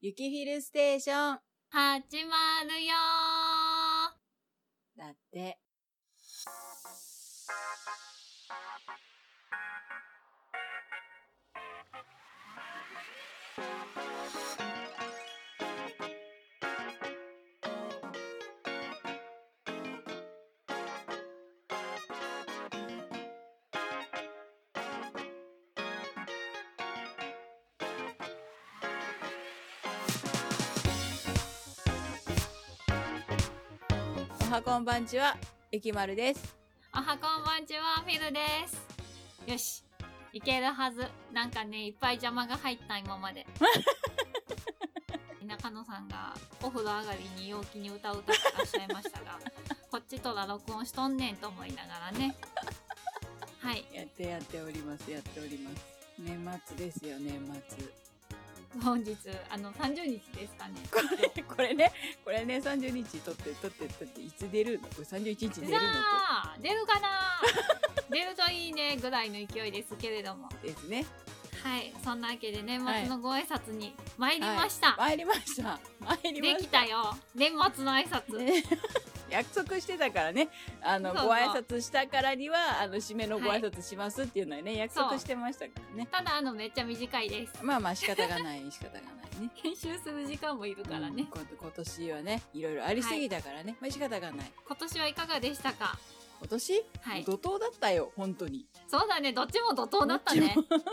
雪フィルステーション。始まるよだって。おはこんばんちは、ゆきまるです。おはこんばんちは、フィルです。よし、いけるはず。なんかね、いっぱい邪魔が入った、今 まで。中野さんがお風呂上がりに陽気に歌う歌ってらっしゃいました が、こっちとら録音しとんねんと思いながらね。はい。やってやっております、やっております。年末ですよ、年末。本日、あの、30日ですかね。 これね、これね、30日撮って、撮って、撮って、いつ出るのこれ31日出じるのゃあ、出るかな出るといいね、ぐらいの勢いですけれども。これですね。はい、そんなわけで年末のご挨拶に参りました。参りました。参りましでた。きたよ、年末の挨拶。ね 約束してたからねあのそうそうご挨拶したからにはあの締めのご挨拶しますっていうのはね、約そ束うしてましたからねただあのめっちゃ短いです。まあまあ仕方がない仕方がないね編集する時間もいるからうんね。こ今年はねいろいろありすぎたからね、まあ仕方がない今年はいかがでしたか。今年、はい怒涛だったよ本当にそうだね、どっちも怒涛だったねど。っちも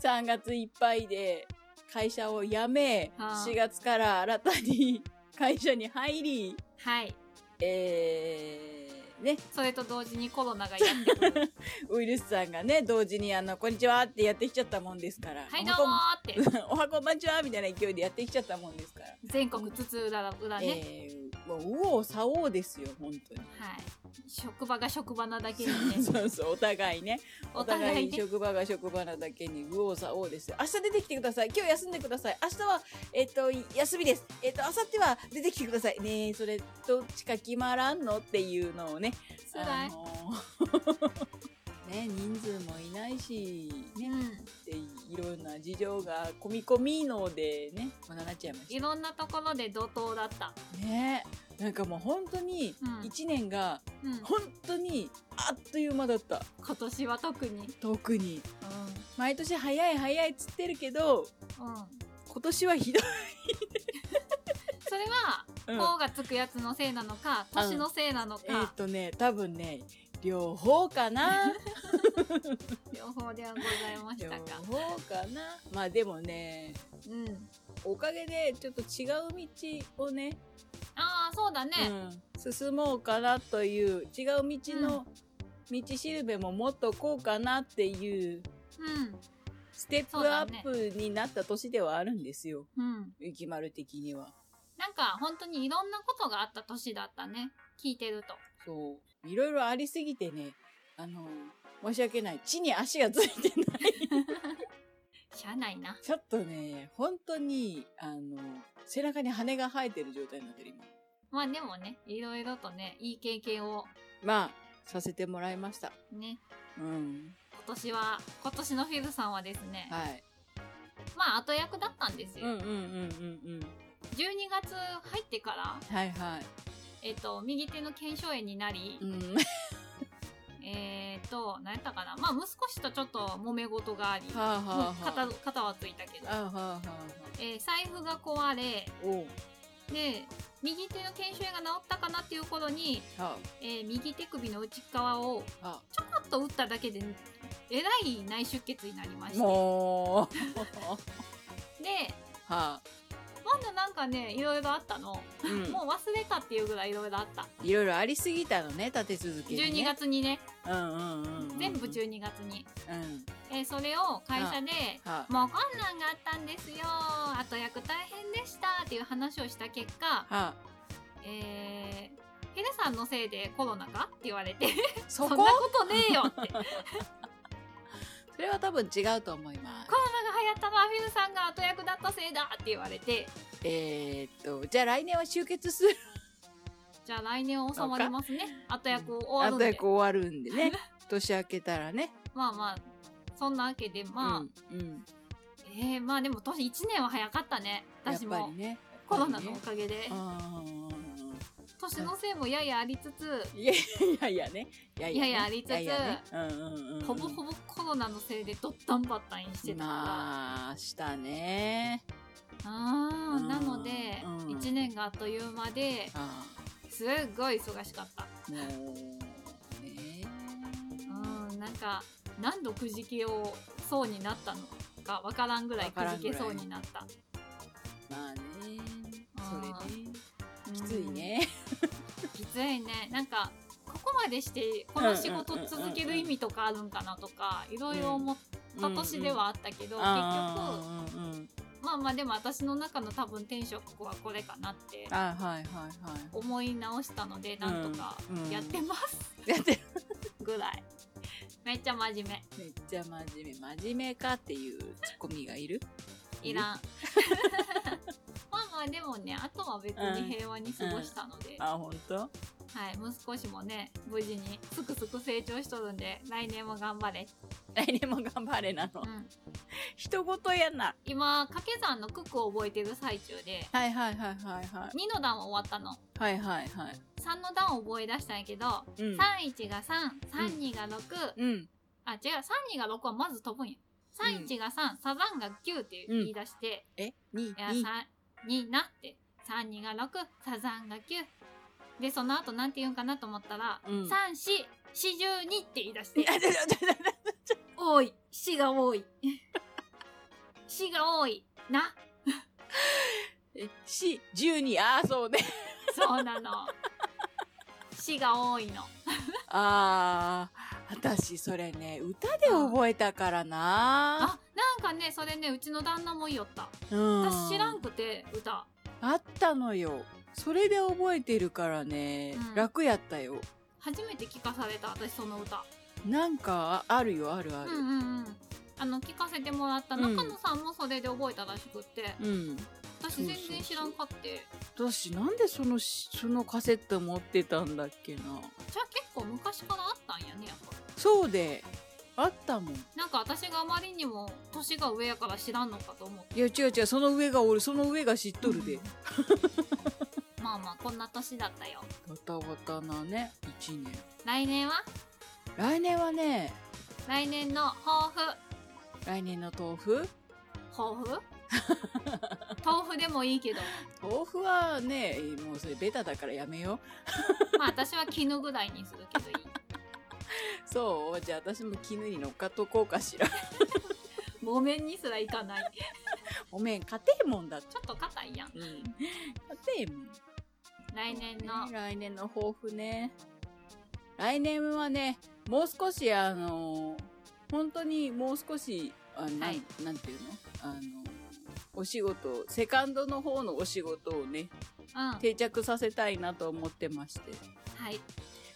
3月いっぱいで会社を辞め、はあ4月から新たに 会社に入りはい、えー、ねそれと同時にコロナがやってく る。ウイルスさんがね、同時にあの、こんにちはってやってきちゃったもんですから。はい、どうもーっておはこん おはこんばんちはみたいな勢いでやってきちゃったもんですから。全国つつ裏裏ね。えー、もう、右往左往ですよ、本当に。はい。職場が職場なだけに ね。そうそう、お互いね。おお互互いいね。職場が職場なだけに右往左往ですよ。明日出てきてください。今日休んでください。明日は、えっ、と、休みです。えっ、と、明後日は出てきてください。ねえ、それ、どっちか決まらんのっていうのをね。辛あい。のー ね、人数もいないし、ねう、ん。っていろんな事情が込み込みのでねこんななっちゃいましいろんなところで怒涛だった。たねなんかもう本当にうん1年がうん。本当にあっという間だった今年は特に。特にうん。毎年早い早いっつってるけどうん、今年はひどい、それは「うんこう」がつくやつのせいなのかうん年のせいなのえーっか、とね多分ね両方か な両方ではございまし両た方か。かなまあでもねうん、おかげでちょっと違う道をねああそうだね、うん、進もうかなという違う道の道しるべももっとこうかなっていううんステップアップになった年ではあるんですよ、うんゆきまる的には。なんか本当にいろんなことがあった年だったね聞いてると。そういろいろありすぎてねあの申し訳ない地に足がついてないしゃあないな。ちょっとね本当にあの背中に羽が生えてる状態になってる今まあでもねいろいろとねいい経験をまあさせてもらいましたねうん今年は今年のフィルさんはですね、はいまあ後役だったんですうよ。んうんうんうん12月入ってから、うんはいはいえっと右手の腱鞘炎になり、うんえっ、ー、と、何やったかな。まあ、息子氏とちょっと揉め事があり、はあはあはあ肩肩はついたけど、あはあはあはえー財布が壊れ、あおうで、右手の腱鞘炎が治ったかなっていう頃に、はえー右手首の内側をあはちょこっと打っただけで、えらい内出血になりまあして、 もうで、はあまだなんかね、いろいろあったの。うんもう忘れたっていうぐらいいろいろあった。いろいろありすぎたのね立て続けに、 12ね、月にね、月うんうんうん、うん、全部12月に。うんえーそれを会社で、はもうこんなんがあったんですよあと役大変でしたっていう話をした結果あはえー、ヘルさんのせいでコロナかって言われてあそそん なこことねえよ ってコロナが流行それは多分違うと思いますったのはフィルさんが後役だったせいだって言われてえー、っとじゃあ来年は集結するじゃあ来年は収まりますね後役終あわるんとで役終わるんで ね年明けたらねまあまあそんなわけでまあ、うん、うん、ええー、まあでも年1年は早かったねやっ私ぱもりねコロナのおやっぱかげで、りねあ年のせいもややありつつ、ーいやいやいやねいやいやいやありつついやいやねうんうんうんほぼほぼコロナのせいでドッタンバッタンにしてたから、まあしたねうあーんなので、うん1年があっという間であすっごい忙しかった、ーもうねうん、なんか何度くじけをそうになったのかわからんぐらいわくからんぐじらいけそうになったまあねあーそれねきつい、ねうんきついねなんかここまでしてこの仕事続ける意味とかあるんかなとかいろいろ思った年ではあったけど、結あーうんうん局まあまあでも私の中の多分転職はこれかなってあはいはいはい思い直したのでなんとかやってます だってぐらいめっちゃ真面目めっちゃ真面目真面目かっていうツッコミがいるいらん まあまあでもねあとは別に平和に過ごしたので、あ本当はい息子氏もね無事にすくすく成長しとるんで来年も頑張れ、来年も頑張れなのうん、人事やな今掛け算の九九を覚えてる最中ではいはいはいはいはい2の段は終わったのはいはいはい3の段を覚え出したんやけど、うん31が332が6、うんあ違う32が6はまず飛ぶんや31が3、サザンが9って言い出して、え二いや、二三になって、三二が六、サザンが九。で、その後なんて言うんかなと思ったら、うん三四、四十二って言い出しいて、やちょちょちょちょ多い、四が多い。四が多い、な。 え四十二ああそうねそうなの。四が多いの。 ああ私それね歌で覚えたからなあ、なんかね、それね、うちの旦那も言いよった。うん私知らんくて、歌。あったのよそれで覚えてるからねうん楽やったよ初めて聞かされた、私その歌。なんかああるよあるあうんるうんうん。あの、聞かせてもらったうん中野さんもそれで覚えたらしくって、うん私全然知らんかって。私なんでそのしそのカセット持ってたんだっけなじゃあ結構昔からあったんやねやっぱそうであったもんいなんか私があまりにも年が上やから知らんのかと思ってや違う違うその上が俺その上が知っとるでうんまあまあこんな年だったよバタバタなね1年来年は来年はね来年の抱負来年の豆腐抱 負豆腐でもいいけど豆腐はねもうそれベタだからやめよまあ私は絹ぐらいにするけどいいうそうじゃあ私も絹に乗っかっとこうかしら木綿にすらいかないごめん硬いもんだってちょっと硬いやんうん硬いもん来年のね来年の抱負ね来年はねもう少しあの本当にもう少しあな,、はいなんていうのあのお仕事セカンドの方のお仕事をねうんは定着させたいなと思ってましてい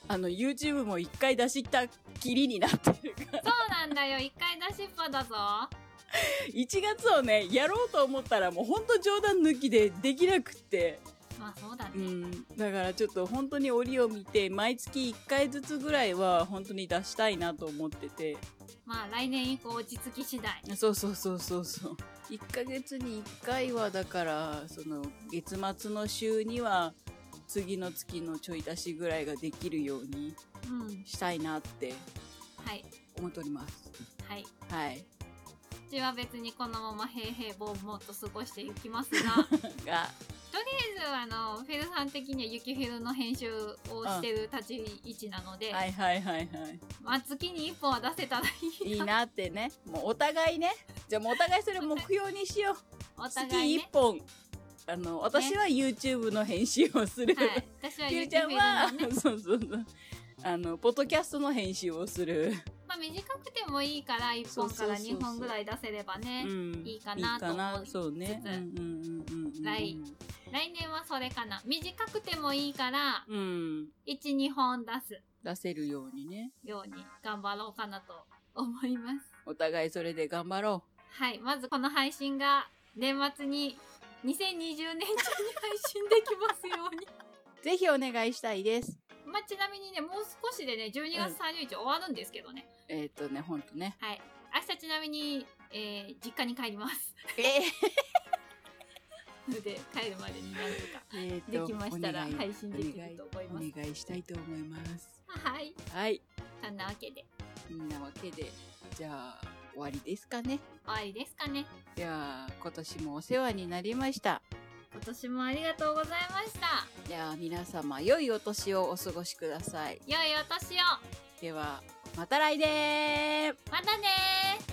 あの YouTube も一回出したきりになってる からそうなんだよ一回出しっぱだぞ1月をねやろうと思ったらもう本当冗談抜きでできなくってまあそうだね、うん、だからちょっと本当に折を見て毎月1回ずつぐらいは本当に出したいなと思っててまあ来年以降落ち着き次第そうそうそうそうそう1ヶ月に1回はだからその月末の週には次の月のちょい出しぐらいができるようにうんしたいなってはい思っておりますはいはいうちは別にこのまま平々ぼ々と過ごしてい きますがとりがあえずあのフェルさん的には「ゆきフェル」の編集をしてる立ち位置なので、はいはいはいはまあ、月に1本は出せたらいいいいいなってねもうお互いねじゃあもうお互いそれ目標にしようお月互い1ね。本あの私は YouTube の編集をする、はい、私はゆゆりきちフェゃんは、ルのね、 そうそうそう。あの、ポッドキャストの編集をする。まあ、短くてもいいから1本から2本ぐらい出せればねうんいいかなとい思いいかなそうね。つうんつうんうんうんうん。来来年はそれかな短くてもいいからうん。 12本出す出せるようにね。ように頑張ろうかなと思います。お互いそれで頑張ろはい、まずこの配信が年末に2020年中に配信できますよ うに。う。ぜひお願いしたいです。まあ、ちなみにね、もう少しでね、12月30日終わるんですけどね。えっ、とね、ほんとね。はい。明日ちなみに、えー実家に帰り ます。えので帰るまでになん とかーできましたおら願い配信できると思いおます。願いしたいと思います。はい、はい。そんなわけでそんなわけで、じゃあ、終わりですかね。終わりですかね。では、今年もお世話になりました。今年もありがとうございました。では、皆様、良いお年をお過ごしください。良いお年を。では、また来年またねー。